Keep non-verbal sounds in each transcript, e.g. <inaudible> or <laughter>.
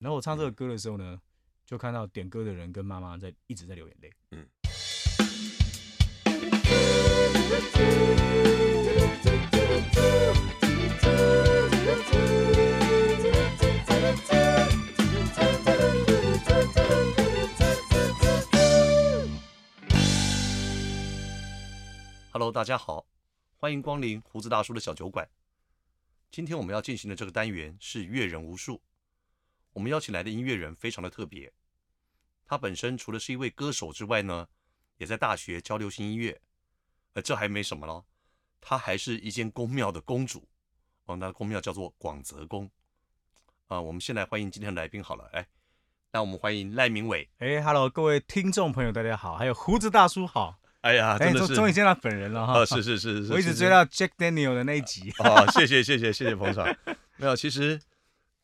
然后我唱嗯这个歌的时候呢，就看到点歌的人跟妈妈在一直在流眼泪。嗯嗯。 Hello，大家好，欢迎光临胡子大叔的小酒馆。今天我们要进行的这个单元是乐人无数。我们邀请来的音乐人非常的特别，他本身除了是一位歌手之外呢，也在大学教流行音乐。呃，这还没什么咯，她还是一间宫庙的公主。哦，那宫庙叫做广泽宫。啊、我们先来欢迎今天的来宾好了。哎，那我们欢迎赖明伟。哎，Hello，各位听众朋友，大家好，还有胡子大叔好。哎呀，哎，真的终是，终于见到本人了哈啊，！是是是是， <laughs> 我一直是追到 Jack Daniel 的那一 <laughs> 集。啊，谢谢谢谢谢谢捧场。没有，其实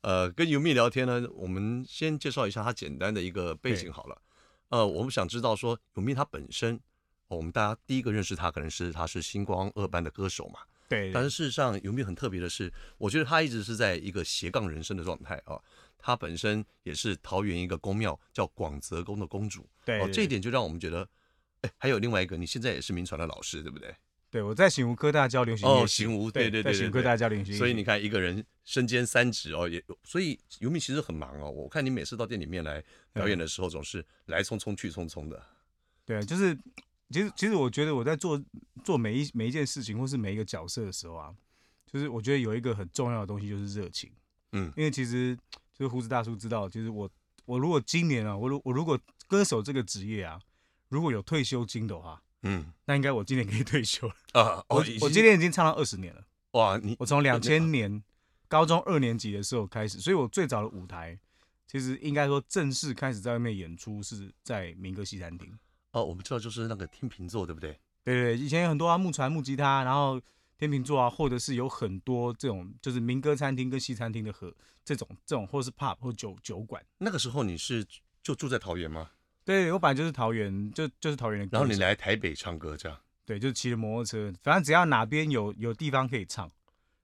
呃，跟尤蜜聊天呢，我们先介绍一下他简单的一个背景好了。呃，我们想知道说尤蜜他本身、哦我们大家第一个认识他可能是他是星光二班的歌手嘛，对，但是事实上尤蜜很特别的是，我觉得他一直是在一个斜杠人生的状态啊。她本身也是桃园一个宫庙叫广泽宫的公主，对哦，对这一点就让我们觉得，哎，还有另外一个，你现在也是民传的老师，对不对？对我在醒吾科大教流行音乐系。哦，行无，对对在对醒对吾科对，大教流行音乐系。所以你看，一个人身兼三职哦，也所以尤米其实很忙哦。我看你每次到店里面嗯来表演的时候，总是来匆匆去匆匆的。对，啊就是其实其实我觉得我在做做每一每一件事情或是每一个角色的时候啊，就是我觉得有一个很重要的东西就是热情。嗯因为其实就是胡子大叔知道，其实我我如果今年啊，我如我如果歌手这个职业啊，如果有退休金的话，嗯那应该我今年可以退休了。啊，我哦，已我经今年已经唱了二十年了，哇，你我从两对 <laughs> 千年高中二年级的时候开始，所以我最早的舞台。其实应该说，正式开始在外面演出是在民歌西餐厅。哦，我们知道就是那个天秤座，对不对？对对，对以前有很多啊，木船、木吉他，然后天秤座啊，或者是有很多这种就是民歌餐厅跟西餐厅的合这种这种，或是 pub 或酒酒馆。那个时候你是就住在桃园吗？对，我本来就是桃园，就就是桃园的歌手。然后你来台北唱歌这样？对，就是骑着摩托车，反正只要哪边有有地方可以唱，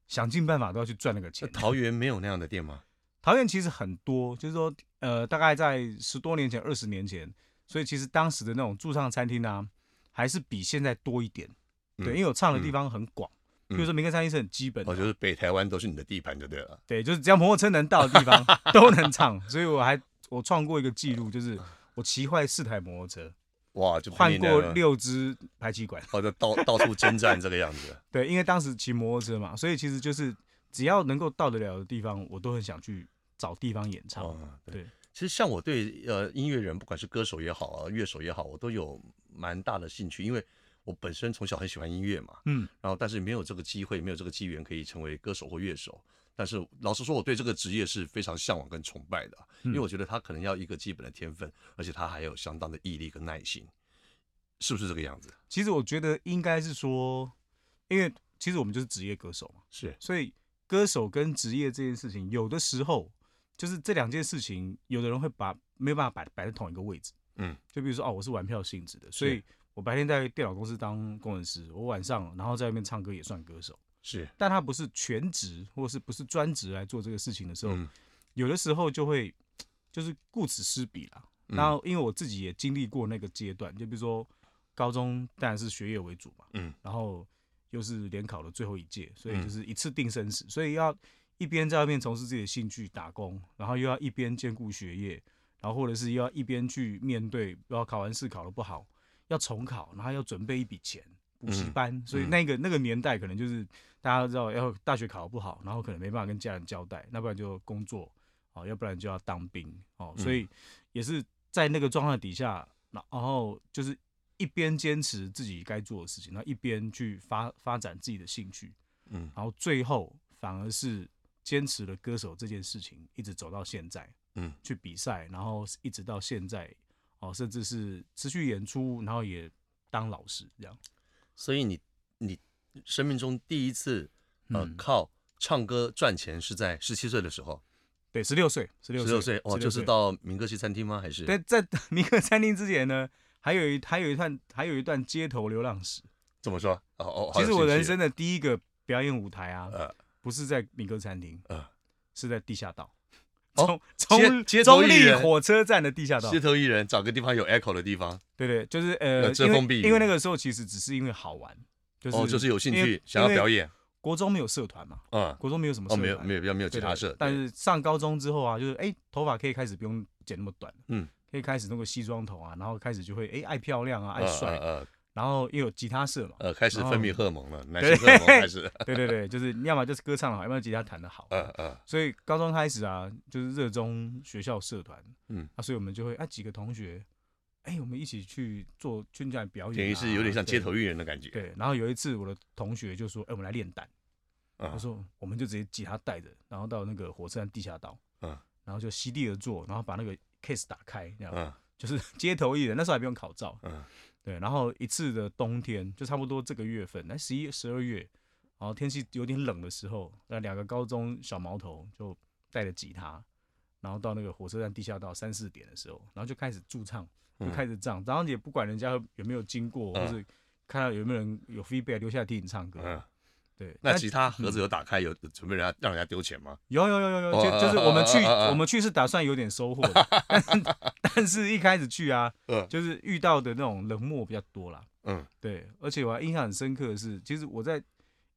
想尽办法都要去赚那个那钱。桃园没有那样的店吗？桃园其实很多，就是说，呃，大概在十多年前、二十年前，所以其实当时的那种驻唱餐厅啊，还是比现在多一点。对，嗯因为我唱的地方很广，比嗯如说民歌餐厅是很基本的哦，就是北台湾都是你的地盘就对了。对，就是只要摩托车能到的地方都能唱，所以我还我创过一个记录，就是我骑坏四台摩托车，哇，就换过六。六支排气管。好的，哦到到处征战这个样子。对，因为当时骑摩托车嘛，所以其实就是只要能够到得了的地方，我都很想去找地方演唱。哦，对对。其实像我对呃音乐人，不管是歌手也好啊，乐手也好，我都有蛮大的兴趣，因为我本身从小很喜欢音乐嘛，嗯，然后但是没有这个机会，没有这个机缘可以成为歌手或乐手。但是老实说，我对这个职业是非常向往跟崇拜的，因为我觉得他可能要一个基本的天分，而且他还有相当的毅力跟耐心，是不是这个样子？其实我觉得应该是说，因为其实我们就是职业歌手嘛，是，所以歌手跟职业这件事情，有的时候就是这两件事情，有的人会把没有办法摆摆在同一个位置。嗯，就比如说哦，我是玩票性质的，所以我白天在电脑公司当工程师，我晚上然后在外面唱歌也算歌手，是，但他不是全职或是不是专职来做这个事情的时候，嗯有的时候就会就是顾此失彼啦。嗯然后因为我自己也经历过那个阶段，就比如说高中当然是学业为主嘛，嗯，然后又是联考的最后一届，所以嗯就是一次定生死，所以要一边在外面从事自己的兴趣打工，然后又要一边兼顾学业，然后或者是又要一边去面对，然后考完试考得不好，要重考，然后要准备一笔钱。补习嗯班，所以那个那个年代可能就是大家都知道，要大学考得不好，然后可能没办法跟家人交代，那不然就工作哦，要不然就要当兵哦，所以也是在那个状态底下，然然后就是一边坚持自己该做的事情，然后一边去发发展自己的兴趣，嗯然后最后反而是坚持了歌手这件事情，一直走到现在，嗯，去比赛，然后一直到现在，哦，甚至是持续演出，然后也当老师这样。所以你你生命中第一次呃、靠唱歌赚钱是在十七岁的时候，对，十六岁，十六十岁，六岁哦， 16就是到民歌西餐厅吗？还是对，在 <laughs> 民歌餐厅之前呢，还有一还有一段还有一段街头流浪史。怎么说？哦哦，好其有实我兴趣人生的第一个表演舞台啊，呃不是在民歌餐厅，呃哦是在地下道。从街从街头中艺立人火车站的地下道街，头艺人找个地方有 echo 的地方，对对，就是呃，有遮因为风避雨因为那个时候其实只是因为好玩，就是、哦，就是有兴因趣为想要表。因为演，国中没有社团嘛，嗯，国中没有什么社哦，团、啊没有没有没有没有对吉对他社，但对是上高中之后啊，就是哎、头发可以开始不用剪那么短，嗯，可以开始弄个西装头啊，然后开始就会哎、爱漂亮啊，爱呃帅，呃呃然后又有吉他社嘛，呃，开始然后分泌荷尔蒙了，男性荷尔蒙开始，对对对，就是要么就是歌唱得好，要么吉他弹得好，呃呃，所以高中开始啊，就是热衷学校社团，嗯嗯，啊，所以我们就会啊几个同学，哎、我们一起去做宣传表演、啊，等于是有点像街头对。艺人的感觉，对，然后有一次我的同学就说：“哎、我们来练胆。”嗯他说：“我们就直接吉他带着，然后到那个火车站地下道，嗯嗯，然后就席地而坐，然后把那个 case 打开，这样、嗯就是 <laughs> 街头艺人。那时候还不用考照，嗯对。然后一次的冬天，就差不多这个月份，那哎十一、十二月，然后天气有点冷的时候，那两个高中小毛头就带着吉他，然后到那个火车站地下道三四点的时候，然后就开始驻唱，就开始唱，然后也不管人家有没有经过，嗯或是看到有没有人有 feedback 留下来听你唱歌，嗯，对。那但嗯吉他盒子有打开，有准备人家让人家丢钱吗？有有有有有，哦就啊就是我们去啊啊啊啊我们去是打算有点收获 <laughs> 的，但是但是一开始去啊，嗯就是遇到的那种冷漠比较多啦。嗯对，而且我还印象很深刻的是，其实我在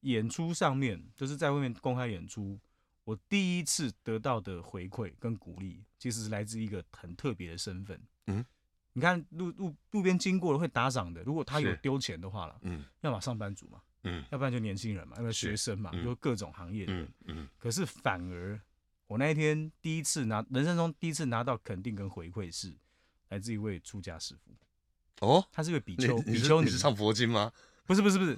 演出上面，就是在外面公开演出，我第一次得到的回馈跟鼓励，其实是来自一个很特别的身份。嗯，你看路路路边经过的会打赏的，如果他有是丢钱的话了，嗯要么上班族嘛，嗯要不然就年轻人嘛，要不然学生嘛，嗯就各种行业的人。嗯嗯可是反而我那一天第一次拿人生中第一次拿到肯定跟回馈是来自一位出家师傅，哦，他是一位比你丘，你比是丘你尼是，唱佛经吗？不是不是不 <laughs> 是，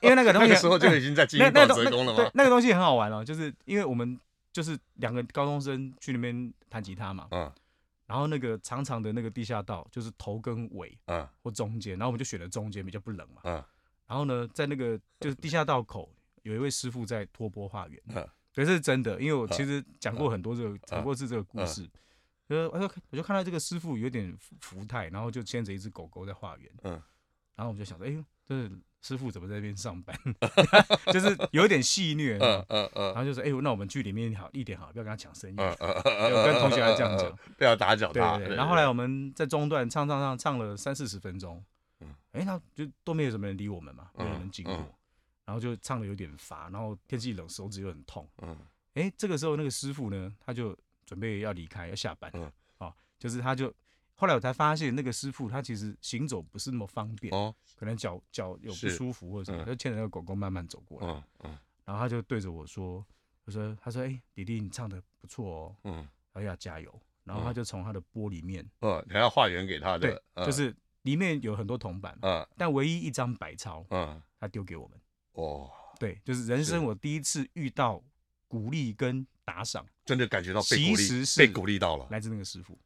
因为那个东那西个时候就已经在经那营那东广泽那宫了对吗？那个东西很好玩哦，就是因为我们就是两个高中生去那边弹吉他嘛，嗯然后那个长长的那个地下道就是头跟尾嗯或中间，然后我们就选了中间比较不冷嘛，嗯然后呢，在那个就是地下道口有一位师傅在托钵化缘。嗯可是真的，因为我其实讲过很多这个，讲过是这个故事。嗯呃，我就我就看到这个师傅有点福福态，然后就牵着一只狗狗在化缘，嗯然后我们就想着，哎呦，这师傅怎么在那边上 <laughs> 班？ <laughs> 就是有点戏虐，嗯然嗯嗯后就说，哎呦，那我们去里面好一点好，不要跟他抢生意。嗯嗯 <laughs> 对我跟同学还这样讲，不要打搅对他。对对。然后后来我们在中段唱唱唱唱了三四十分钟嗯，哎，那就都没有什么人理我们嘛，没有人经过嗯嗯，然后就唱的有点乏，然后天气冷，手指又很痛。嗯哎、这个时候那个师傅呢，他就准备要离开，要下班了。嗯哦，就是他就后来我才发现，那个师傅他其实行走不是那么方便，哦可能脚脚有不是舒服或者什么，嗯就牵着那个狗狗慢慢走过来。嗯嗯然后他就对着我说：“我说，他说，哎、弟弟，你唱的不错哦，嗯然后要加油。”然后他就从他的波里面，嗯，你还要化缘给他对的，，嗯就是里面有很多铜板，嗯但唯一一张白钞，嗯他丢给我们。哦，对，就是人是生我第一次遇到鼓励跟打赏，真的感觉到被其鼓励实，是被鼓励到了。来自那个师傅。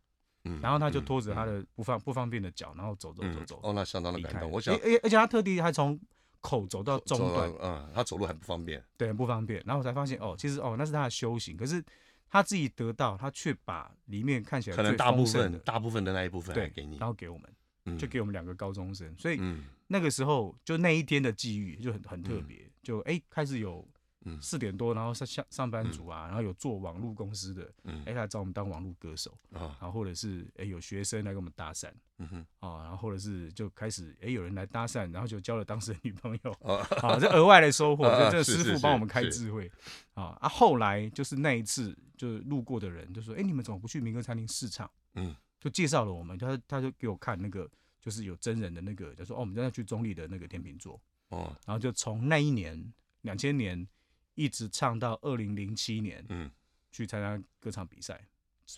嗯然后他就嗯拖着他嗯的不方不方便的脚，然后走走走嗯走，哦，那相当的离感开。动。我想而而而且他特地还从口走到中走段了，嗯，他走路很不方便。对，很不方便。然后我才发现，哦，其实哦，那是他的修行，可是他自己得到，他却把里面看起来可能最大部丰盛分的大部分的那一部分还对给你然，后给我们，嗯就给我们两个高中生。所以嗯那个时候就那一天的际遇就很很特别，就哎开始有嗯四点多，然后上上上班族啊，然后有做网络公司的，嗯哎来找我们当网络歌手，啊然后或者是哎有学生来跟我们搭讪。嗯哼啊，然后或者是就开始诶有人来搭讪，然后就交了当时的女朋友啊啊，这额外的收获， <laughs> 啊啊就这个是师是傅帮是我们开是智慧啊啊！后来就是那一次，就是路过的人就说：“哎，你们怎么不去民歌餐厅试唱？”嗯，就介绍了我们，他他就给我看那个就是有真人的那个，他说：“哦，我们正在去中立的那个天秤座。哦”然后就从那一年两千年一直唱到二零零七年，嗯去参加歌唱比赛，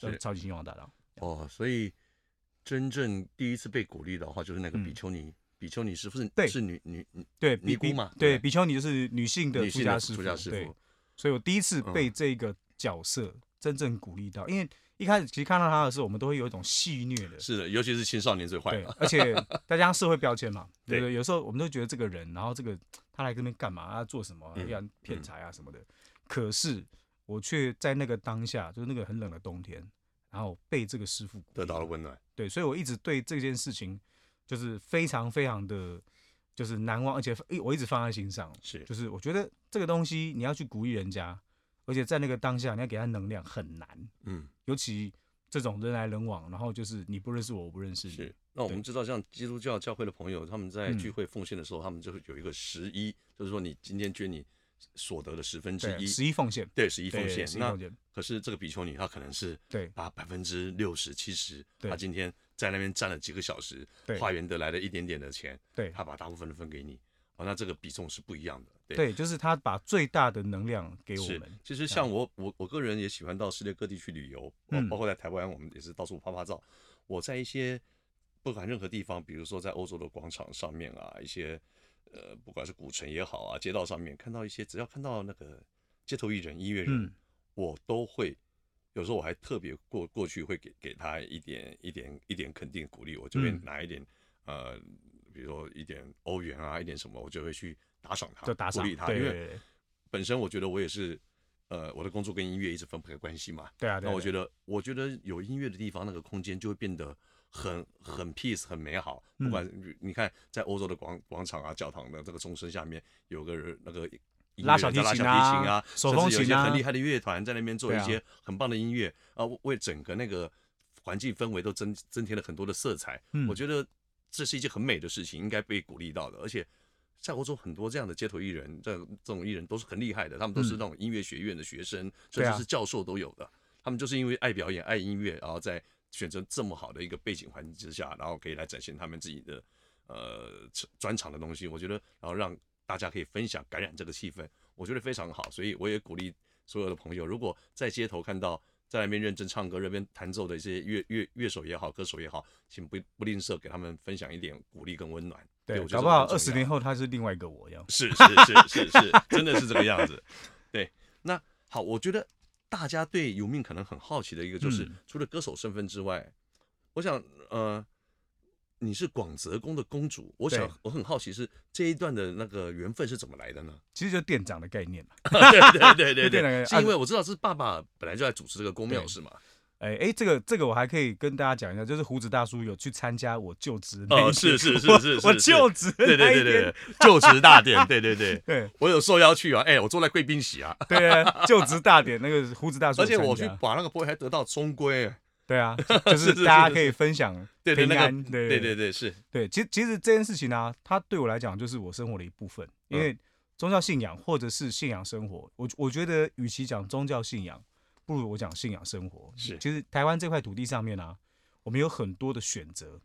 呃是超级星光大道。哦，所以真正第一次被鼓励的话，就是那个比嗯丘尼，比丘尼是不是对是女女女对，尼比比姑嘛对对，不对比丘尼就是女性的女出性的家师出傅，家师对傅？所以我第一次嗯被这个角色真正鼓励到，因为一开始其实看到他的时候，我们都会有一种戏虐的，是的，尤其是青少年最坏对了。，而且再加上社会标签嘛，对不对对？有时候我们都觉得这个人，然后这个他来这边干嘛？他做什么？嗯要骗财啊什么的。可是我却在那个当下，就是那个很冷的冬天，然后被这个师傅鼓得到励了温暖，对，所以我一直对这件事情就是非常非常的，就是难忘，而且一我一直放在心上。是就是我觉得这个东西你要去鼓励人家，而且在那个当下，你要给他能量很难，嗯，尤其这种人来人往，然后就是你不认识我，我不认识你，是。那我们知道，像基督教教会的朋友，他们在嗯聚会奉献的时候，他们就会有一个十一，就是说你今天捐你所得的十分之对，啊一，十一奉献，对十一奉对献。十一那奉献，可是这个比丘尼，她可能是对把百分之六十、七十，对她今天在那边站了几个小时，对化缘得来的一点点的钱，对她把大部分的分给你。哦，那这个比重是不一样的，对。对，就是他把最大的能量给我是们，，其实像我我我个人也喜欢到世界各地去旅游，包嗯包括在台湾，我们也是到处拍拍照。我在一些不管任何地方，比如说在欧洲的广场上面啊，一些呃不管是古城也好啊，街道上面看到一些，只要看到那个街头艺人、音乐人，嗯我都会。有时候我还特别过过去会给给他一点一点一点肯定鼓励，我就会嗯拿一点、呃，比如说一点欧元啊，一点什么，我就会去打赏他，就打赏，鼓励他，对因对为对对本身我觉得我也是，呃，我的工作跟音乐一直分不开关系嘛。对啊，那我觉得得，我觉得有音乐的地方，那个空间就会变得很很 peace，很美好。不管嗯你看，在欧洲的广广场啊、教堂的这个钟声下面，有个人那个音乐人拉小在拉提小琴提啊琴啊，手甚风至有一琴些啊很厉害的乐团在那边做对一啊些很棒的音乐啊，为为整个那个环境氛围都增增添了很多的色彩。嗯我觉得这是一件很美的事情，应该被鼓励到的。而且在欧洲很多这样的街头艺人，这这种艺人都是很厉害的，他们都是嗯那种音乐学院的学生，甚对啊至是教授都有的。他们就是因为爱表演、爱音乐，然后在选择这么好的一个背景环境之下，然后可以来展现他们自己的呃专专长的东西。我觉得，然后让大家可以分享、感染这个气氛，我觉得非常好。所以我也鼓励所有的朋友，如果在街头看到在那边认真唱歌、那边弹奏的一些乐乐乐手也好、歌手也好，请不不吝啬给他们分享一点鼓励跟温暖。对，啊我觉搞得不好这二个很十重要年后他是另外一个我一样，是是是是是，真的是这个样子。对，那好，我觉得大家对尤命可能很好奇的一个就是，嗯除了歌手身份之外，我想呃，你是广泽宫的公主，我想对我很好奇是这一段的那个缘分是怎么来的呢？ <laughs> 其实就店长的概念嘛。对对对对有点那个啊对，是因为我知道是爸爸本来就在主持这个宫庙对是吗？哎哎，这个这个我还可以跟大家讲一下，就是胡子大叔有去参加我就职那一哦，天是是是我是是，我是就职对对那一对对天对，就职大 <laughs> 典，对对对，对我有受邀去啊，哎，我坐在贵宾席啊， <laughs> 对啊，就职大典那个胡子大叔而有参且加，我去把那个波还得到中规。对啊， <laughs> 就就是是是大家是可以分享对对，平那安，个对对对对，是对，其实其实这件事情呢、啊它对我来讲就是我生活的一部分，因嗯为宗教信仰或者是信仰生活，我我觉得与其讲宗教信仰，不如我讲信仰生活。是其实台湾这块土地上面啊，我们有很多的选择，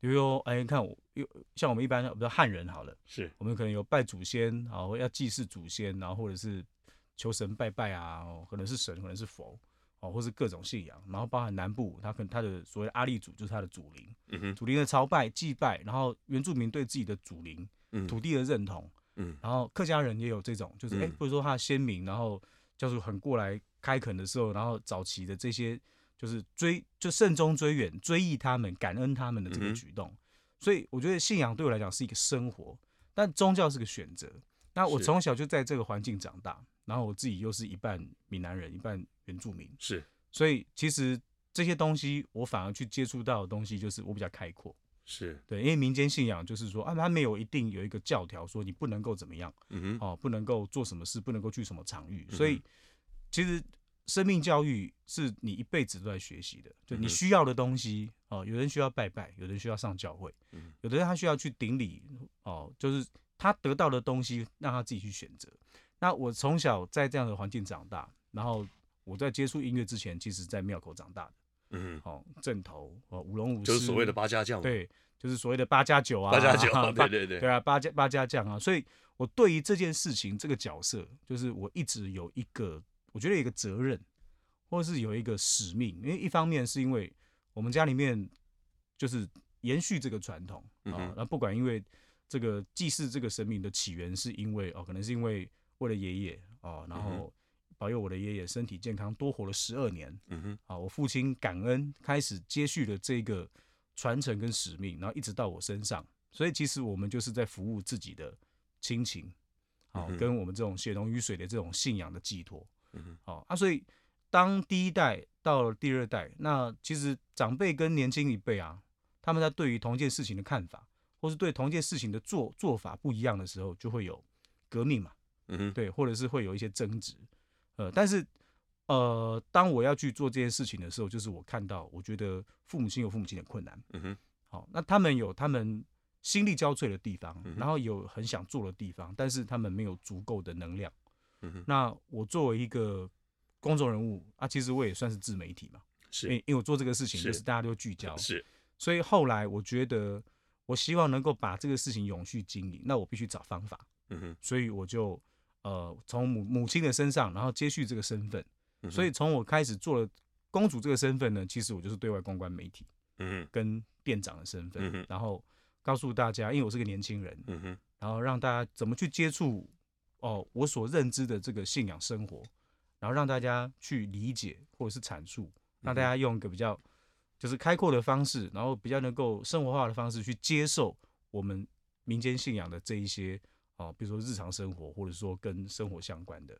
比如说，哎，看我有像我们一般，比如汉人好了，是，我们可能有拜祖先，然后要祭祀祖先，然后或者是求神拜拜啊，哦可能是神，可能是佛，哦，或是各种信仰，然后包含南部，他可能他的所谓的阿利祖就是他的祖灵，嗯哼，祖灵的朝拜、祭拜，然后原住民对自己的祖灵、嗯土地的认同，嗯然后客家人也有这种，就是哎、嗯或者说他的先民，然后教主很过来开垦的时候，然后早期的这些就是追就慎终追远、追忆他们、感恩他们的这嗯个哼举动。所以我觉得信仰对我来讲是一个生活，但宗教是个选择。那我是从小就在这个环境长大，然后我自己又是一半闽南人，一半原住民，是所以其实这些东西我反而去接触到的东西，就是我比较开阔。是，对，因为民间信仰就是说啊，它没有一定有一个教条说你不能够怎么样嗯哼，哦，不能够做什么事，不能够去什么场嗯域。所以其实生命教育是你一辈子都在学习的，就嗯哼你需要的东西哦，有人需要拜拜，有人需要上教会嗯，有的人他需要去顶礼哦，就是他得到的东西让他自己去选择。那我从小在这样的环境长大，然后我在接触音乐之前，其实在庙口长大的嗯哼，哦，正头哦，舞龙舞狮，就是所谓的八家将，，对，就是所谓的八加九啊，八加九 <laughs> 八对对对对啊，八加八加酱啊，所以我对于这件事情这个角色，就是我一直有一个，我觉得有一个责任，或是有一个使命，因为一方面是因为我们家里面就是延续这个传统嗯哼啊，那、不管因为这个祭祀这个神明的起源是因为哦，可能是因为为了爷爷哦，然嗯后保佑我的爷爷身体健康，多活了十二年，嗯哼，啊，我父亲感恩开始接续了这个传承跟使命，然后一直到我身上，所以其实我们就是在服务自己的亲情，啊嗯哼，跟我们这种血浓于水的这种信仰的寄托，嗯哼，哦啊，所以当第一代到了第二代，那其实长辈跟年轻一辈啊，他们在对于同一件事情的看法，或是对同一件事情的做做法不一样的时候，就会有革命嘛，嗯哼，对，或者是会有一些争执。呃，但是呃，当我要去做这件事情的时候，就是我看到，我觉得父母亲有父母亲的困难，嗯哼，好，那他们有他们心力交瘁的地方嗯，哼然后有很想做的地方，但是他们没有足够的能量。嗯哼，那我作为一个公众人物啊，其实我也算是自媒体嘛，因为是因为我做这个事情是就是大家都聚焦，是，所以后来我觉得，我希望能够把这个事情永续经营，那我必须找方法，嗯哼，所以我就呃从母母亲的身上，然后接续这个身份，嗯哼所以，从我开始做了公主这个身份呢，其实我就是对外公关媒体嗯哼，跟店长的身份，嗯哼然后告诉大家，因为我是个年轻人，嗯哼，然后让大家怎么去接触哦我所认知的这个信仰生活，然后让大家去理解或者是阐述，让大家用一个比较就是开阔的方式，然后比较能够生活化的方式去接受我们民间信仰的这一些哦，比如说日常生活或者说跟生活相关的，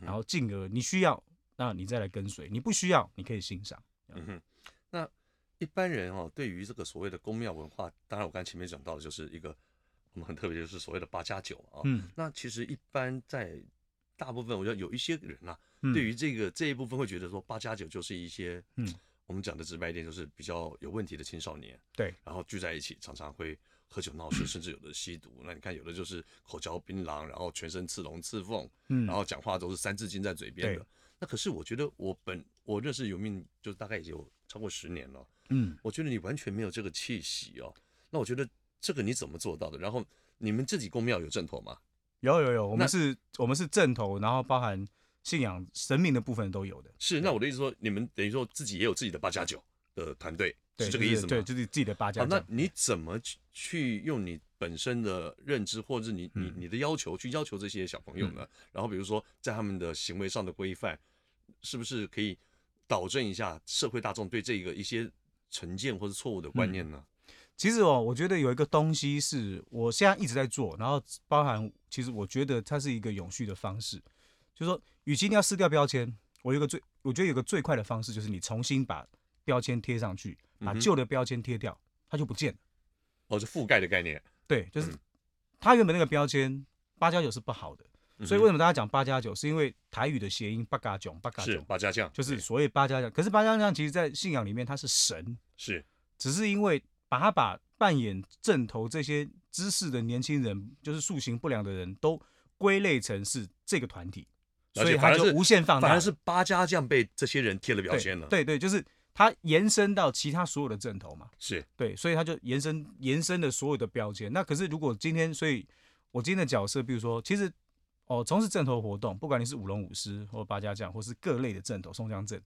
然后进而你需要，那你再来跟随；你不需要，你可以欣赏。嗯哼，那一般人哦，对于这个所谓的宫庙文化，当然我刚才前面讲到的就是一个我们很特别，就是所谓的八加九啊。嗯，那其实一般在大部分，我觉得有一些人啊，嗯对于这个这一部分会觉得说八加九就是一些，嗯，我们讲的直白一点，就是比较有问题的青少年，对，然后聚在一起，常常会喝酒 <clears throat> 闹事，甚至有的吸毒。那你看，有的就是口嚼槟榔，然后全身刺龙刺凤，嗯，然后讲话都是三字经在嘴边的对。那可是我觉得我本我认识尤命，就是大概已经有超过十年了。嗯我觉得你完全没有这个气息哦。那我觉得这个你怎么做到的？然后你们自己公庙有正统吗？有有有，我那们是我们是正头，然后包含信仰神明的部分都有的。是，那我的意思说，你们等于说自己也有自己的八加九的团队，对，是这个就意是思吗？对，就是自己的八好，家哦那将。你怎么去去用你本身的认知，或者是你你嗯你的要求去要求这些小朋友呢？然后比如说在他们的行为上的规范，是不是可以导正一下社会大众对这个一些成见或者错误的观念呢？其实哦，我觉得有一个东西是我现在一直在做，然后包含其实我觉得它是一个永续的方式，就是说，与其你要撕掉标签，我有一个最我觉得有个最快的方式就是你重新把标签贴上去，把嗯哼旧的标签贴掉，它就不见了。嗯哦，是覆盖的概念，对，就是嗯它原本那个标签八加九是不好的，嗯所以为什么大家讲八加九？是因为台语的谐音八嘎囧八嘎是囧，八家将，就是对所谓八加九。可是八加九其实在信仰里面它是神，是只是因为把他把扮演正头这些知识的年轻人，就是塑形不良的人都归类成是这个团体，了解所以反他而就是无限放大，反而是八家将被这些人贴了标签了，，对对对，就是他延伸到其他所有的正头嘛，是对，所以他就延伸延伸了所有的标签。那可是如果今天，所以我今天的角色，比如说，其实哦，从事正头活动，不管你是舞龙舞狮或八家将，或是各类的正头、松江正，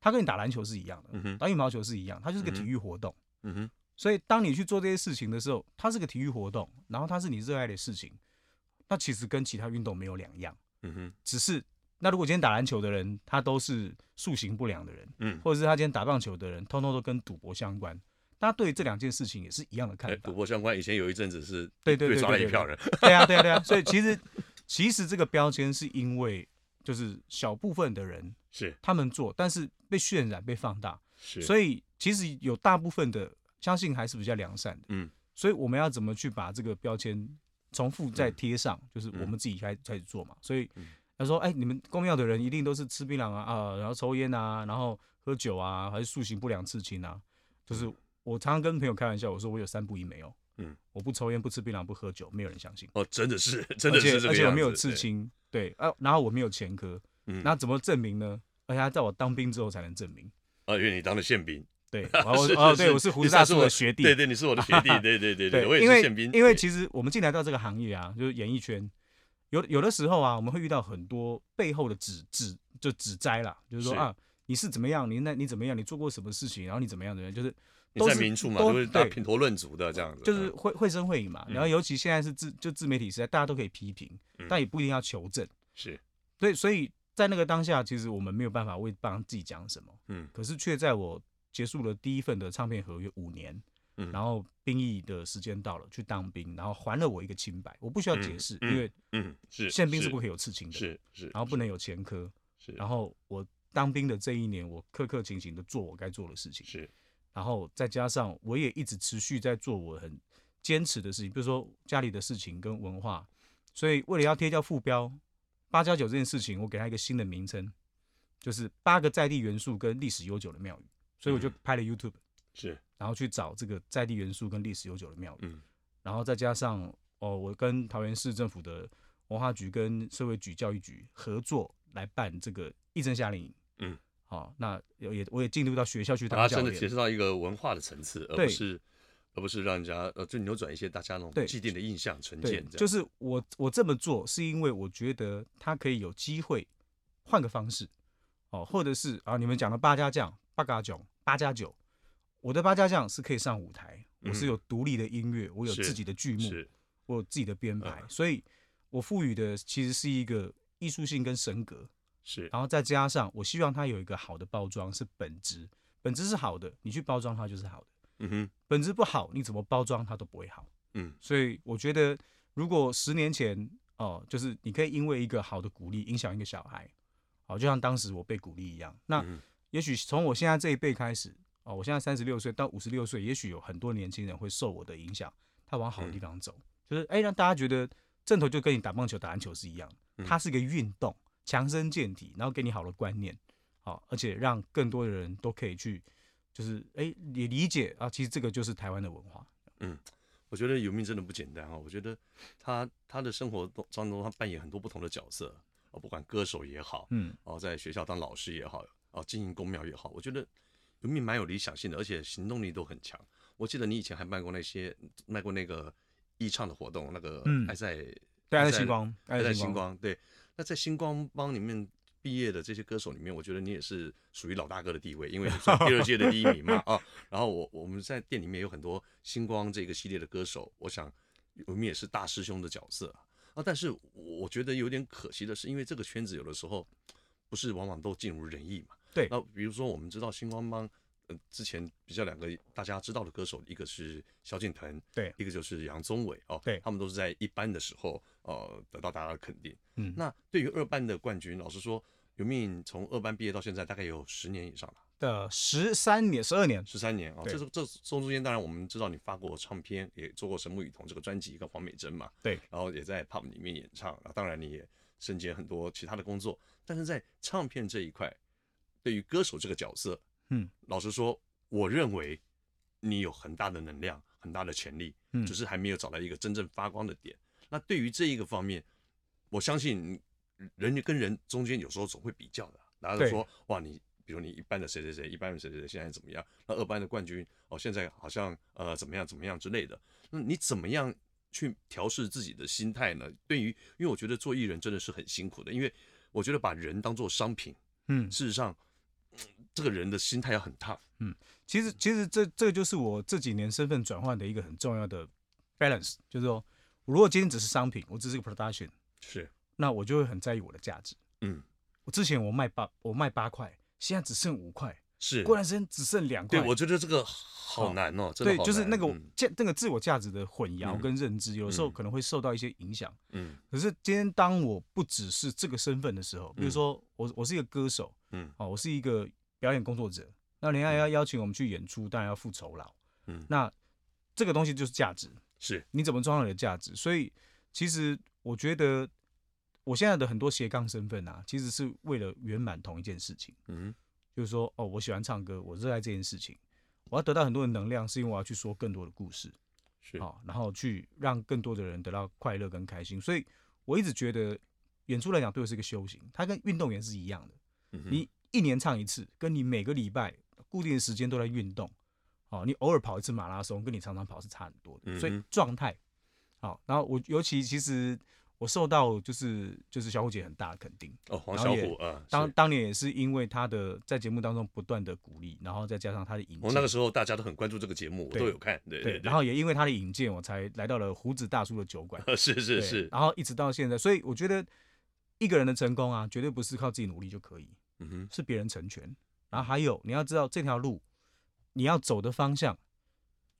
他跟你打篮球是一样的，嗯哼打羽毛球是一样，它就是个嗯哼体育活动。嗯哼，所以当你去做这些事情的时候，它是个体育活动，然后它是你热爱的事情，那其实跟其他运动没有两样，嗯哼，只是那如果今天打篮球的人，他都是塑形不良的人，嗯，或者是他今天打棒球的人，通通都跟赌博相关，大家对这两件事情也是一样的看哎，法赌。博相关，以前有一阵子是对对对抓了对一对票人，对啊，对啊，对啊。所以其实其实这个标签是因为就是小部分的人 <laughs> 是他们做，但是被渲染、被放大，是，以所以其实有大部分的相信还是比较良善的。嗯，所以我们要怎么去把这个标签重复再嗯贴上？就是我们自己开开始做嘛。所以他说：“哎，你们公庙的人一定都是吃槟榔啊啊，然后抽烟啊，然后喝酒啊，还是塑形不良刺青啊？”就是我常常跟朋友开玩笑，我说我有三不一没有，嗯，我不抽烟、不吃槟榔、不喝酒，没有人相信。哦，真的是真的而且是这个而且我样没有子刺对青，对，啊，然后我没有前科，嗯那怎么证明呢？而且他在我当兵之后才能证明。啊，因为你当了宪兵， <laughs> 对，然后是哦，是对，是我是胡你子大算叔我的学弟，对对，你是我的学 <laughs> 弟，对对对对，我也因是为宪兵，因为实其实我们进来到这个行业啊，就是演艺圈，有有的时候啊，我们会遇到很多背后的指指就指摘啦，就是说是啊，你是怎么样，你那你怎么样，你做过什么事情，然后你怎么样怎么样，就是你都在是民处嘛，都都是大对呃家，品头论足的这样子，就是嗯嗯会会声会影嘛。然后尤其现在是自就自媒体时代，大家都可以批评，但也不一定要求证。是对，所以在那个当下，其实我们没有办法为帮自己讲什么。嗯可是却在我结束了第一份的唱片合约五年，嗯然后兵役的时间到了，去当兵，然后还了我一个清白，我不需要解释，嗯因为嗯是宪兵是是不可以有刺青的，是是，然后不能有前科，是然后我当兵的这一年，我克克勤勤的做我该做的事情，是然后再加上我也一直持续在做我很坚持的事情，比如说家里的事情跟文化，所以为了要贴掉副标，八加九这件事情，我给它一个新的名称，就是八个在地元素跟历史悠久的庙宇。所以我就嗯拍了 YouTube，是，然后去找这个在地元素跟历史悠久的庙宇，嗯然后再加上哦，我跟桃园市政府的文化局跟社会局、教育局合作来办这个义正夏令营。嗯，好、那也我也进入到学校去把当它教真的练。提升到一个文化的层次，而对不是而不是让人家呃，就扭转一些大家那种对既定的印象成对见，，这样就是我我这么做是因为我觉得他可以有机会换个方式哦，或者是啊，你们讲的八家将、八嘎囧、八加九，我的八家将是可以上舞台，我是嗯有独立的音乐，我有是自己的剧目，是我有自己的编排，嗯所以我赋予的其实是一个艺术性跟神格，是然后再加上我希望它有一个好的包装是本质，本质是好的，你去包装它就是好的，嗯哼本质不好，你怎么包装它都不会好。嗯所以我觉得，如果十年前哦、就是你可以因为一个好的鼓励影响一个小孩，哦，就像当时我被鼓励一样。那嗯也许从我现在这一辈开始，哦，我现在三十六岁到五十六岁，也许有很多年轻人会受我的影响，他往好的地嗯方走，就是哎、让大家觉得正头就跟你打棒球、打篮球是一样嗯的，它是一个运动，强身健体，然后给你好的观念，好、而且让更多的人都可以去。就是哎，也理解啊，其实这个就是台湾的文化，嗯，我觉得尤明真的不简单啊、我觉得他他的生活当中，他扮演很多不同的角色啊，不管歌手也好，嗯，哦，在学校当老师也好，哦，经营公庙也好，我觉得尤明蛮有理想性的，而且行动力都很强。我记得你以前还办过那些嗯卖过那个义唱的活动，那个嗯爱在、对，爱在星光，爱在星星，光，对。那在星光帮里面毕业的这些歌手里面，我觉得你也是属于老大哥的地位，因为你算第二届的第一名嘛啊。然后我我们在店里面有很多星光这个系列的歌手，我想我们也是大师兄的角色啊。但是我我觉得有点可惜的是，因为这个圈子有的时候不是往往都尽如人意嘛。对那比如说我们知道星光帮。呃，之前比较两个大家知道的歌手，一个是萧敬腾，对一个就是杨宗纬哦，对他们都是在一班的时候，呃，得到大家的肯定。嗯，那对于二班的冠军，老实说，尤命从二班毕业到现在大概有十年以上了，的十三年、十二年，十三年啊、对这这中间，当然我们知道你发过唱片，也做过《神木雨桐》这个专辑跟黄美珍嘛，对，然后也在 pub 里面演唱，然后当然你也身兼很多其他的工作，但是在唱片这一块，对于歌手这个角色，嗯，老实说，我认为你有很大的能量，很大的潜力，嗯只是还没有找到一个真正发光的点。那对于这一个方面，我相信人跟人中间有时候总会比较的，然后就对说哇，你比如你一班的谁谁谁，一班的谁谁谁现在怎么样？那二班的冠军哦，现在好像呃怎么样怎么样之类的。那你怎么样去调试自己的心态呢？对于，因为我觉得做艺人真的是很辛苦的，因为我觉得把人当做商品，嗯，事实上，嗯这个人的心态要很 tough。其实其实这这就是我这几年身份转换的一个很重要的 balance，就是说，我如果今天只是商品，我只是个 production，是，那我就会很在意我的价值。嗯，我之前我卖八，我卖八块，现在只剩五块，是。过段时间只剩两块对，，我觉得这个好难哦，真的对，好就是难那个嗯价那个自我价值的混淆嗯跟认知，有的时候嗯可能会受到一些影响。嗯可是今天当我不只是这个身份的时候，比如嗯说我我是一个歌手，嗯哦，我是一个表演工作者，那人家要邀请我们去演出，当然要付酬劳。嗯，那这个东西就是价值，是，你怎么装到你的价值？所以其实我觉得我现在的很多斜杠身份啊，其实是为了圆满同一件事情，嗯就是说哦，我喜欢唱歌，我热爱这件事情，我要得到很多的能量，是因为我要去说更多的故事。是，好、哦然后去让更多的人得到快乐跟开心。所以我一直觉得演出来讲对我是一个修行，它跟运动员是一样的。嗯哼你一年唱一次，跟你每个礼拜固定的时间都在运动，哦，你偶尔跑一次马拉松，跟你常常跑是差很多嗯的。哼所以状态好、然后我尤其其实我受到就是就是小虎姐很大的肯定。哦，黄然后小也琥啊，是当当年也是因为她的在节目当中不断的鼓励，然后再加上她的引荐，我哦那个时候大家都很关注这个节目，我对都有看，对对，对然，后也因为她的引荐，我才来到了胡子大叔的酒馆。 <laughs> 是对是是，然后一直到现在，所以我觉得一个人的成功啊，绝对不是靠自己努力就可以，嗯哼，是别人成全。然后还有你要知道这条路你要走的方向，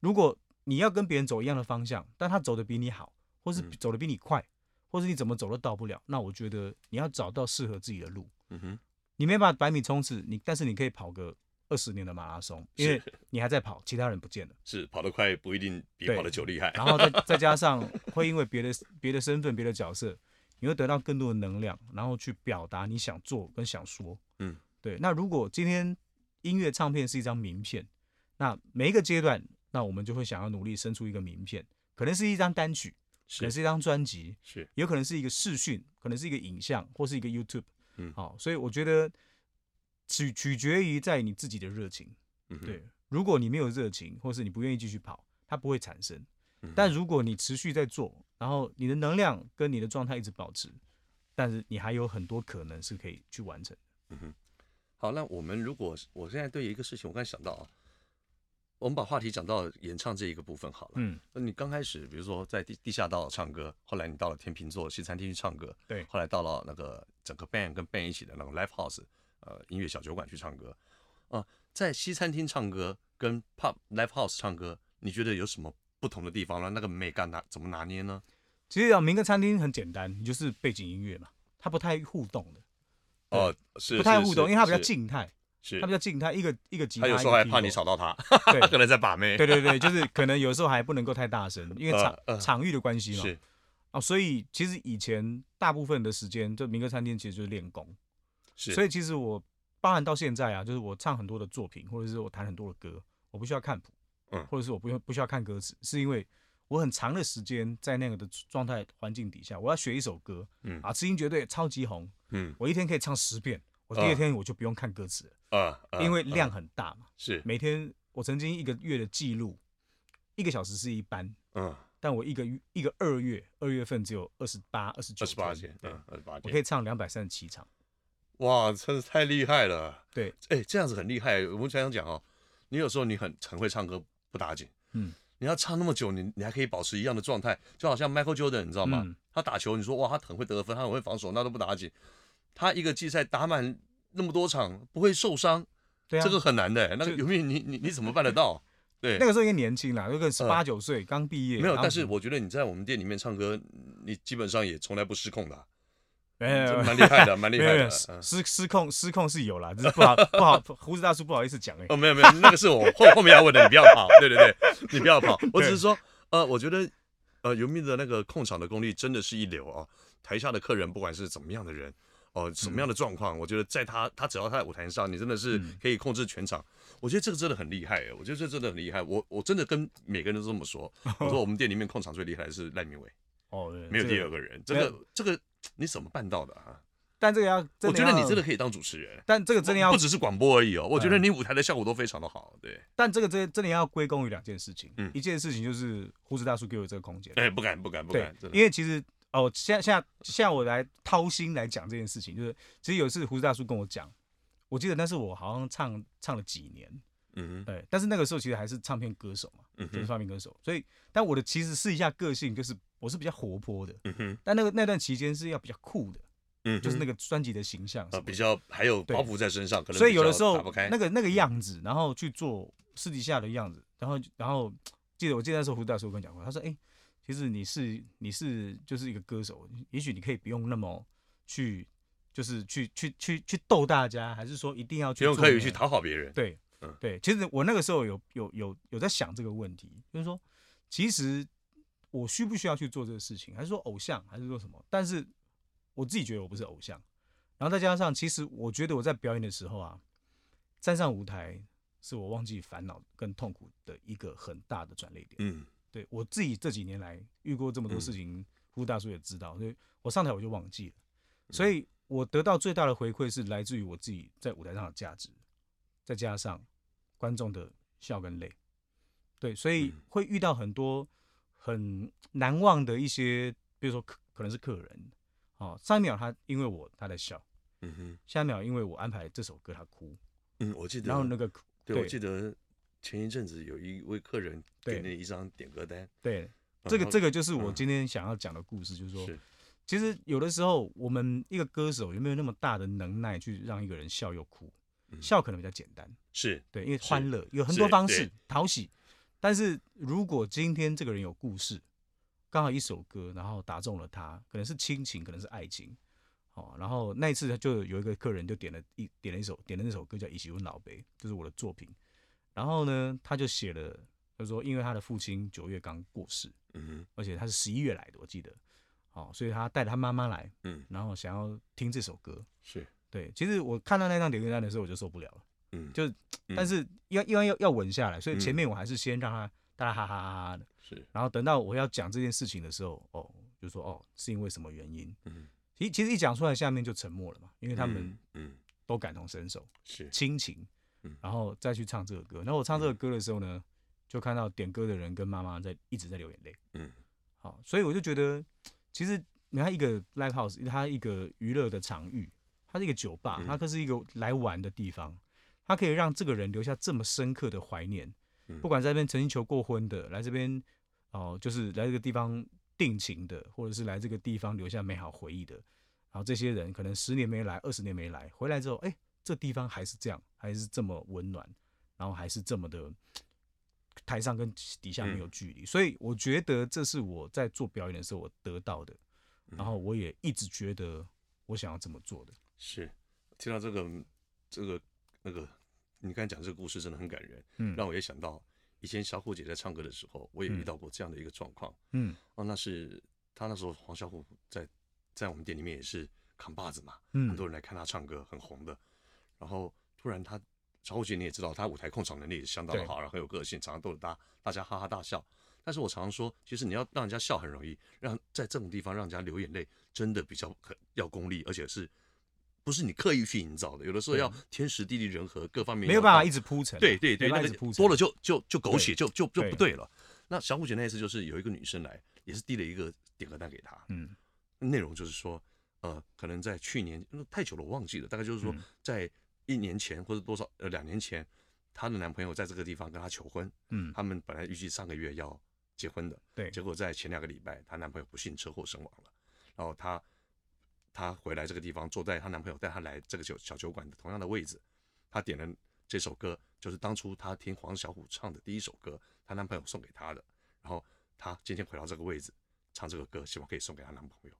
如果你要跟别人走一样的方向，但他走的比你好，或是嗯走的比你快，或是你怎么走都到不了，那我觉得你要找到适合自己的路。嗯哼，你没办法百米冲刺，你但是你可以跑个二十年的马拉松，因为你还在跑，其他人不见了。是跑得快不一定比对跑得久厉害，然后再再加上会因为别的别的身份、别的角色，你会得到更多的能量，然后去表达你想做跟想说。嗯，对。那如果今天音乐唱片是一张名片，那每一个阶段，那我们就会想要努力生出一个名片，可能是一张单曲，可能是是一张专辑，是，也有可能是一个视讯，可能是一个影像，或是一个 YouTube。嗯好，所以我觉得取取决于在你自己的热情。嗯哼，对，如果你没有热情，或是你不愿意继续跑，它不会产生。嗯哼但如果你持续在做，然后你的能量跟你的状态一直保持，但是你还有很多可能是可以去完成。好，那我们如果我现在对一个事情，我刚才想到啊，我们把话题讲到演唱这一个部分好了。嗯，那呃你刚开始，比如说在地地下道唱歌，后来你到了天秤座西餐厅去唱歌，对后来到了那个整个 band 跟 band 一起的那个 live house，呃，音乐小酒馆去唱歌，啊、在西餐厅唱歌跟 pub live house 唱歌，你觉得有什么不同的地方呢？那个美感拿怎么拿捏呢？其实要民歌餐厅很简单，你就是背景音乐嘛，它不太互动的，哦，是不太是互是动，因为它比较是静态，是它比较静态，一个一个吉他，他有时候一个还怕 keyboard 你吵到他，对他可能在把妹，对对对，就是可能有时候还不能够太大声，因为场、呃呃场域的关系嘛。是哦，所以其实以前大部分的时间，就民歌餐厅其实就是练功。是，所以以其实我包含到现在啊，就是我唱很多的作品，或者是我弹很多的歌，我不需要看谱，嗯或者是我不用不需要看歌词，是因为我很长的时间在那个的状态环境底下，我要学一首歌，嗯啊，知音乐队超级红，嗯我一天可以唱十遍，我第二啊天我就不用看歌词了，啊，呃因为呃量很大嘛，是每天我曾经一个月的记录，一个小时是一班。嗯但我一个月一个二月二月份只有二十八二十九二十八天件，嗯，二十八我可以件，唱两百三十七场，哇，真是太厉害了。对，哎，这样子很厉害。我们常常讲哦，你有时候你很很会唱歌不打紧，嗯，你要唱那么久，你你还可以保持一样的状态，就好像 Michael Jordan，你知道吗？嗯他打球，你说哇，他很会得分，他很会防守，那都不打紧。他一个季赛打满那么多场，不会受伤，对啊，这个很难的。那个就有没有你你你怎么办得到？对， <laughs> 那个时候应该年轻啦，那个十八九岁刚毕业，嗯没有，然后但是我嗯觉得你在我们店里面唱歌，你基本上也从来不失控的啊、没有没有这没有蛮厉害的，蛮厉没有害呃 <laughs> 没的有。失嗯失失控失控是有啦，只是不好不好，胡子大叔不好意思讲哎哦，，没有没有，那个是我后后面要问的，你不要跑，对对对，你不要跑，我只是说，呃，我觉得，呃，尤密的那个控场的功力真的是一流啊，台下的客人不管是怎么样的人，哦、什么样嗯的状况，我觉得在他他只要他在舞台上，你真的是可以控制全场，我觉得这个真的很厉害，欸我觉得这真的很厉害，我我真的跟每个人都这 <laughs> 么说，我说我们店里面控场最厉害的是赖明伟，哦，没有这个第二个人，这没有个这个你怎么办到的啊？但这个要，真我的觉得你要真的，可以当主持人。但这个真的要不，只是广播而已哦，我觉得嗯你舞台的效果都非常的好，对。但这个真真的要归功于两件事情嗯，一件事情就是胡子大叔给我这个空间，哎，不敢，不敢，不对敢，真，的。因为其实哦，现在现在现在我来掏心来讲这件事情，就是其实有一次胡子大叔跟我讲，我记得那是我好像唱唱了几年，嗯哼，对，但是那个时候其实还是唱片歌手嘛，嗯呃就是哼，唱片歌手，所以但我的其实私底下个性就是我是比较活泼的，嗯哼，但那个那段期间是要比较酷的，嗯，就是那个个专辑的形象什呃，么比的，较还有对包袱在身上，可能所以比有的较时候打不开嗯那个那个样子，然后去做私底下的样子，然后然后记得我记得那时候胡大叔跟我讲过，他说：“哎、其实你是你是就是一个歌手，也许你可以不用那么去就是去去去去逗大家，还是说一定要不去用做刻那意个去讨好别人，啊对，嗯对，其实我那个时候有有有有在想这个问题，就是说，其实我需不需要去做这个事情，还是说偶像，还是说什么？但是我自己觉得我不是偶像，然后再加上，其实我觉得我在表演的时候啊，站上舞台是我忘记烦恼跟痛苦的一个很大的转捩点。嗯，对我自己这几年来遇过这么多事情，胡大叔也知道，所以我上台我就忘记了，嗯所以我得到最大的回馈是来自于我自己在舞台上的价值，再加上观众的笑跟泪，对，所以嗯会遇到很多很难忘的一些，比如说客可能是客人，哦，上一秒他因为我他在笑，嗯哼，下一秒因为我安排这首歌他哭，嗯，我记得，然后那个对，我对记得前一阵子有一位客人给对你一张点歌单，对，这个这个个就是我嗯今天想要讲的故事，就是说。是，其实有的时候，我们一个歌手有没有那么大的能耐去让一个人笑又哭？嗯笑可能比较简单，是，对，因为是欢乐有很多是方对式讨喜。但是如果今天这个人有故事，刚好一首歌，然后打中了他，可能是亲情，可能是爱情，哦，然后那一次他就有一个客人就点了一点了一首点了那首歌叫《一起问老北》，就是我的作品。然后呢，他就写了，他说因为他的父亲九月刚过世，嗯而且他是十一月来的，我记得。好，所以他带着他妈妈来，嗯，然后想要听这首歌。是，对，其实我看到那张点歌单的时候，我就受不了了，嗯，就嗯但是要要要要稳下来，所以前嗯面我还是先让他大家哈哈哈哈的，是，然后等到我要讲这件事情的时候，哦，就说哦是因为什么原因，嗯其实其实一讲出来，下面就沉默了嘛，因为他们嗯，嗯都感同身受，是，亲情嗯，然后再去唱这个歌。然后我唱这个歌的时候呢，就看到点歌的人跟妈妈在一直在流眼泪。嗯好，所以我就觉得，其实你看一个 live house，它一个娱乐的场域，它是一个酒吧嗯，它可是一个来玩的地方，它可以让这个人留下这么深刻的怀念嗯。不管在这边曾经求过婚的，来这边哦、就是来这个地方定情的，或者是来这个地方留下美好回忆的，然后这些人可能十年没来，二十年没来，回来之后，哎、这地方还是这样，还是这么温暖，然后还是这么的台上跟底下没嗯有距离，所以我觉得这是我在做表演的时候我得到的，嗯然后我也一直觉得我想要这么做的。是，听到这个这个那个，你刚才讲这个故事真的很感人，嗯让我也想到以前小虎姐在唱歌的时候，我也遇到过这样的一个状况。嗯哦，那是她那时候黄小琥在在我们店里面也是扛把子嘛，很嗯多人来看她唱歌，很红的。然后突然她小虎姐你也知道，她舞台控场能力也相当的对好，然后很有个性，常常逗得大大家哈哈大笑。但是我常常说，其实你要让人家笑很容易，让在这种地方让人家流眼泪，真的比较很要功力，而且是不是你刻意去营造的？有的时候要天时地利人和各方面没有要办到法一直铺陈啊，对对对，没办法那个一直铺陈多了就就就狗血，就就就对不对了。那小虎姐那一次就是有一个女生来，也是递了一个点歌单给她，嗯内容就是说，呃，可能在去年因为太久了，我忘记了，大概就是嗯说在一年前或者多少呃两年前，她的男朋友在这个地方跟她求婚，嗯他们本来预计上个月要结婚的，对结果在前两个礼拜，她男朋友不幸车祸身亡了，然后她她回来这个地方，坐在她男朋友带她来这个酒小酒馆的同样的位置，她点了这首歌，就是当初她听黄小琥唱的第一首歌，她男朋友送给她的，然后她今天回到这个位置唱这个歌，希望可以送给她男朋友。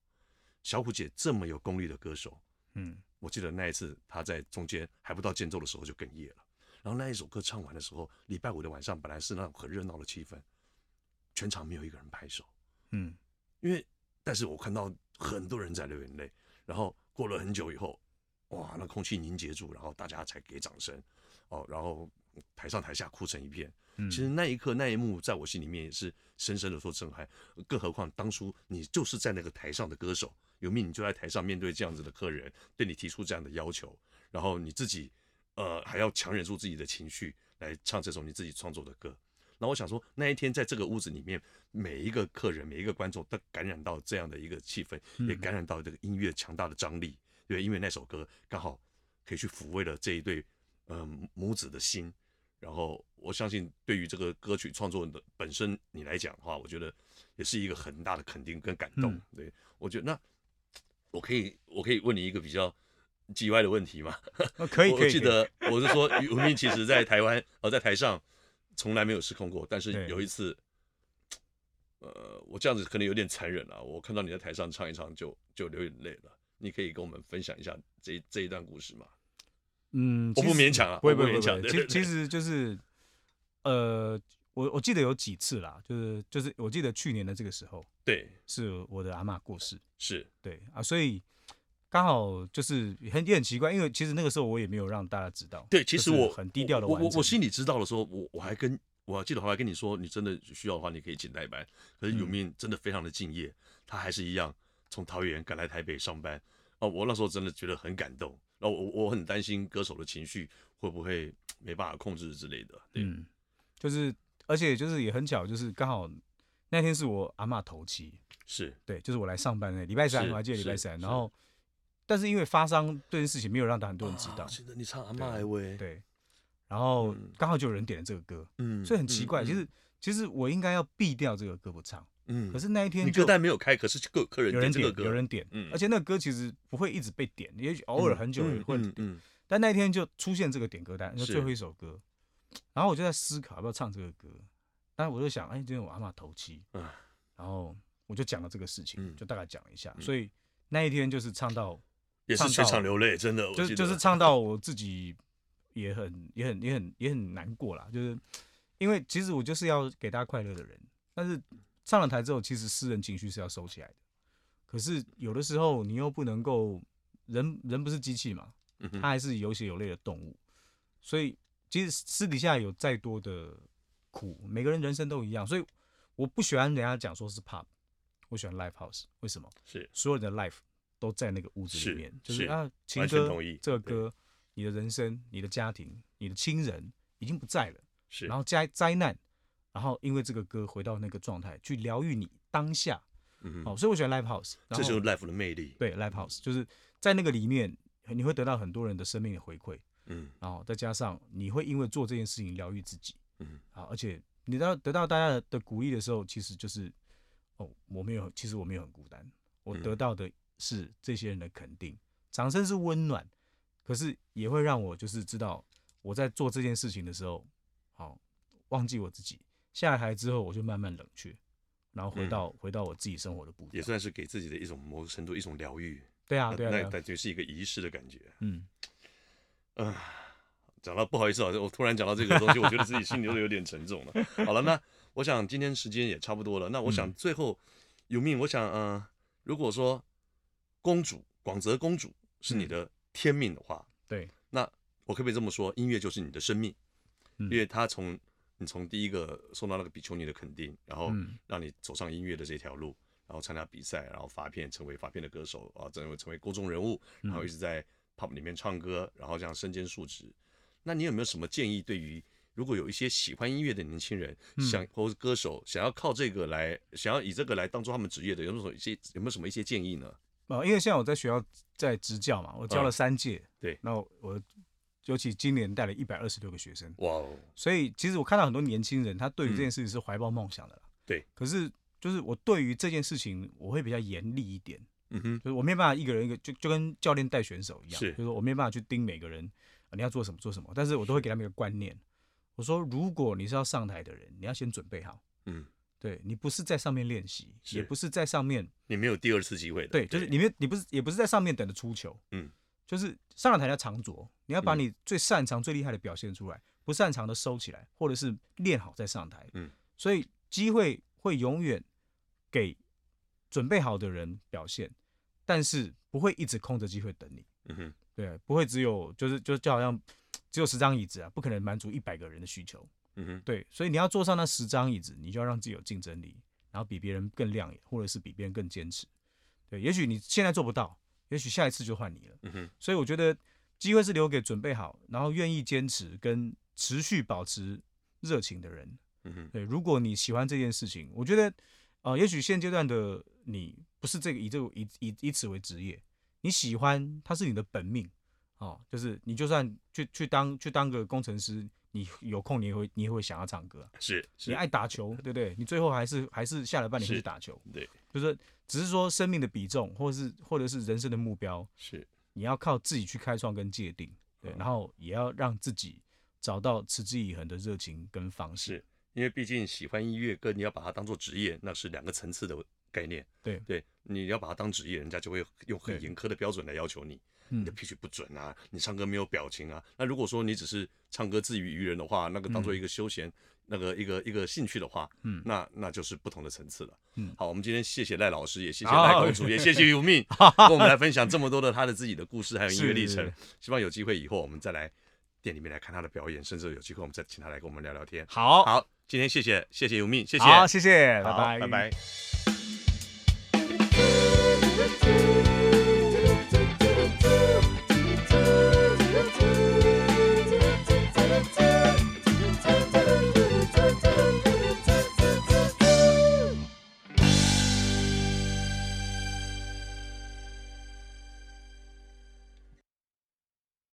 小虎姐这么有功力的歌手，嗯我记得那一次她在中间还不到间奏的时候就哽咽了。然后那一首歌唱完的时候，礼拜五的晚上本来是那种很热闹的气氛，全场没有一个人拍手，嗯因为但是我看到很多人在流眼泪。然后过了很久以后，哇，那空气凝结住，然后大家才给掌声，哦，然后台上台下哭成一片。嗯，其实那一刻那一幕，在我心里面也是深深的受震撼。更何况当初你就是在那个台上的歌手，有命你就在台上面对这样子的客人，对你提出这样的要求，然后你自己呃还要强忍住自己的情绪来唱这首你自己创作的歌。那我想说，那一天在这个屋子里面，每一个客人、每一个观众都感染到这样的一个气氛，也感染到这个音乐强大的张力。对，因为那首歌刚好可以去抚慰了这一对呃母子的心。然后我相信，对于这个歌曲创作的本身你来讲的话，我觉得也是一个很大的肯定跟感动。嗯对我觉得那我可以我可以问你一个比较叽歪的问题吗？哦可以我可我以，记可以得我是说，吴明其实在台湾呃在台上从来没有失控过，但是对有一次，呃，我这样子可能有点残忍啊，我看到你在台上唱一唱就就流眼泪了。你可以跟我们分享一下这一这一段故事吗？嗯，我其不实勉强啊不会我不不会勉不强会。对其对实对其实就是，呃，我我记得有几次啦，就是就是我记得去年的这个时候对，是我的阿嬷过世，是，对啊，所以刚好就是很也很奇怪，因为其实那个时候我也没有让大家知道，对，其就实是我很低调的我完我我成心里知道的时候，我我还跟我还记得我还跟你说，你真的需要的话，你可以请代班。可嗯是永明真的非常的敬业，他还是一样从桃园赶来台北上班。哦，我那时候真的觉得很感动。然后我我很担心歌手的情绪会不会没办法控制之类的。对，嗯，就是而且就是也很巧，就是刚好那天是我阿嬷头七，是对，就是我来上班的礼拜三，是我还记得礼拜是三，是然后但是因为发伤这件事情没有让很多人知道啊，现在你唱阿妈还喂，，对，然后嗯刚好就有人点了这个歌。嗯所以很奇怪，嗯其实其实我应该要避掉这个歌不唱，嗯，可是那一天你就歌单没有开，可是客客人有人这个点，歌，有人点嗯，而且那个歌其实不会一直被点，也许偶尔很久也会嗯嗯点，嗯但那一天就出现这个点歌单，就是最后一首歌，然后我就在思考要不要唱这个歌，但我就想，哎，今天我阿嬷头七，嗯然后我就讲了这个事情，嗯就大概讲了一下，所以那一天就是唱到，也是唱全到场流泪，真的，我就记是就得是唱到我自己也很也很也很也很难过啦，就是因为其实我就是要给大家快乐的人，但是上了台之后，其实私人情绪是要收起来的。可是有的时候你又不能够，人人不是机器嘛，嗯它哼，还是有血有泪的动物，所以其实私底下有再多的苦，每个人人生都一样，所以我不喜欢人家讲说是 pub，我喜欢 live house，为什么？是所有人的 life 都在那个屋子里面，是就是是啊，情完全歌同意这个歌，你的人生、你的家庭、你的亲人已经不在了，是，然后灾灾难，然后因为这个歌回到那个状态，去疗愈你当下。嗯好、哼，所以我喜欢 live house，然后这就是 life 的魅力。对 live house，就是在那个里面，你会得到很多人的生命的回馈，嗯然哦后再加上你会因为做这件事情疗愈自己嗯，啊，而且你到得到大家的的鼓励的时候，其实就是哦，我没有，其实我没有很孤单，我嗯得到的是这些人的肯定，掌声是温暖，可是也会让我就是知道我在做这件事情的时候，好、忘记我自己，下台之后我就慢慢冷却，然后回到、回到我自己生活的步嗯也调。算是给自己的一种某种程度一种疗愈。对啊，那对啊，对那啊，感觉是一个仪式的感觉。嗯，嗯，讲到不好意思啊，我突然讲到这个东西，我觉得自己心里都有点沉重了。好了，那我想今天时间也差不多了。那嗯我想最后，有命，我想，嗯、呃，如果说公主广泽公主是嗯你的天命的话，对，那我可不可以这么说？音乐就是你的生命，嗯因为它从你从第一个受到那个比丘尼的肯定，然后嗯让你走上音乐的这条路，然后参加比赛，然后发片，成为发片的歌手啊，成为成为公众人物，然嗯后一直在 pub 里面唱歌，然后这样身兼数职。那你有没有什么建议？对于如果有一些喜欢音乐的年轻人，嗯想或是歌手想要靠这个来，想要以这个来当做他们职业的，有没有什么一些有没有什么一些建议呢？呃，因为现在我在学校在执教嘛，我教了嗯三届，对那我我尤其今年带了一百二十六个学生，哇哦，所以其实我看到很多年轻人，他对于这件事情是怀抱梦想的啦。嗯对，可是就是我对于这件事情，我会比较严厉一点，嗯哼，就是我没有办法一个人一个，就就跟教练带选手一样，是就是我没有办法去盯每个人、呃你要做什么做什么，但是我都会给他们一个观念，我说如果你是要上台的人，你要先准备好，嗯，对你不是在上面练习，是也不是在上面你没有第二次机会的，对，就是你没你不是也不是在上面等着出球，嗯，就是上了台要藏拙，你要把你最擅长、最厉害的表现出来，不擅长的收起来，或者是练好再上台，嗯，所以机会会永远给准备好的人表现，但是不会一直空着机会等你，嗯哼，对，不会只有就是就就好像只有十张椅子啊，不可能满足一百个人的需求，嗯哼。对，所以你要坐上那十张椅子，你就要让自己有竞争力，然后比别人更亮眼，或者是比别人更坚持。对，也许你现在做不到，也许下一次就换你了。嗯哼，所以我觉得机会是留给准备好，然后愿意坚持跟持续保持热情的人。嗯哼，对，如果你喜欢这件事情，我觉得，呃，也许现阶段的你不是这个以这个以以以此为职业，你喜欢它是你的本命，哦，就是你就算去去当去当个工程师，你有空你也会你也会想要唱歌啊、是你是，爱打球，对不对？你最后还是还是下了半年会去是打球，对，就是说只是说生命的比重，或是或者是人生的目标，是你要靠自己去开创跟界定，对，然后也要让自己找到持之以恒的热情跟方式。是，因为毕竟喜欢音乐跟你要把它当做职业，那是两个层次的概念。对对，你要把它当职业，人家就会用很对严苛的标准来要求你，你嗯的，pitch 不准啊，你唱歌没有表情啊。那如果说你只是唱歌自娱于人的话，那个当做一个休闲，那个一个一个兴趣的话，嗯那那就是不同的层次了。嗯好，我们今天谢谢赖老师，也谢谢好赖 <laughs> 公主，也谢谢尤命，跟我们来分享这么多的他的自己的故事还有音乐历是程。希望有机会以后我们再来店里面来看他的表演，甚至有机会我们再请他来跟我们聊聊天。好，好，今天谢谢谢谢尤命，谢谢，好，谢谢，好拜拜，拜拜。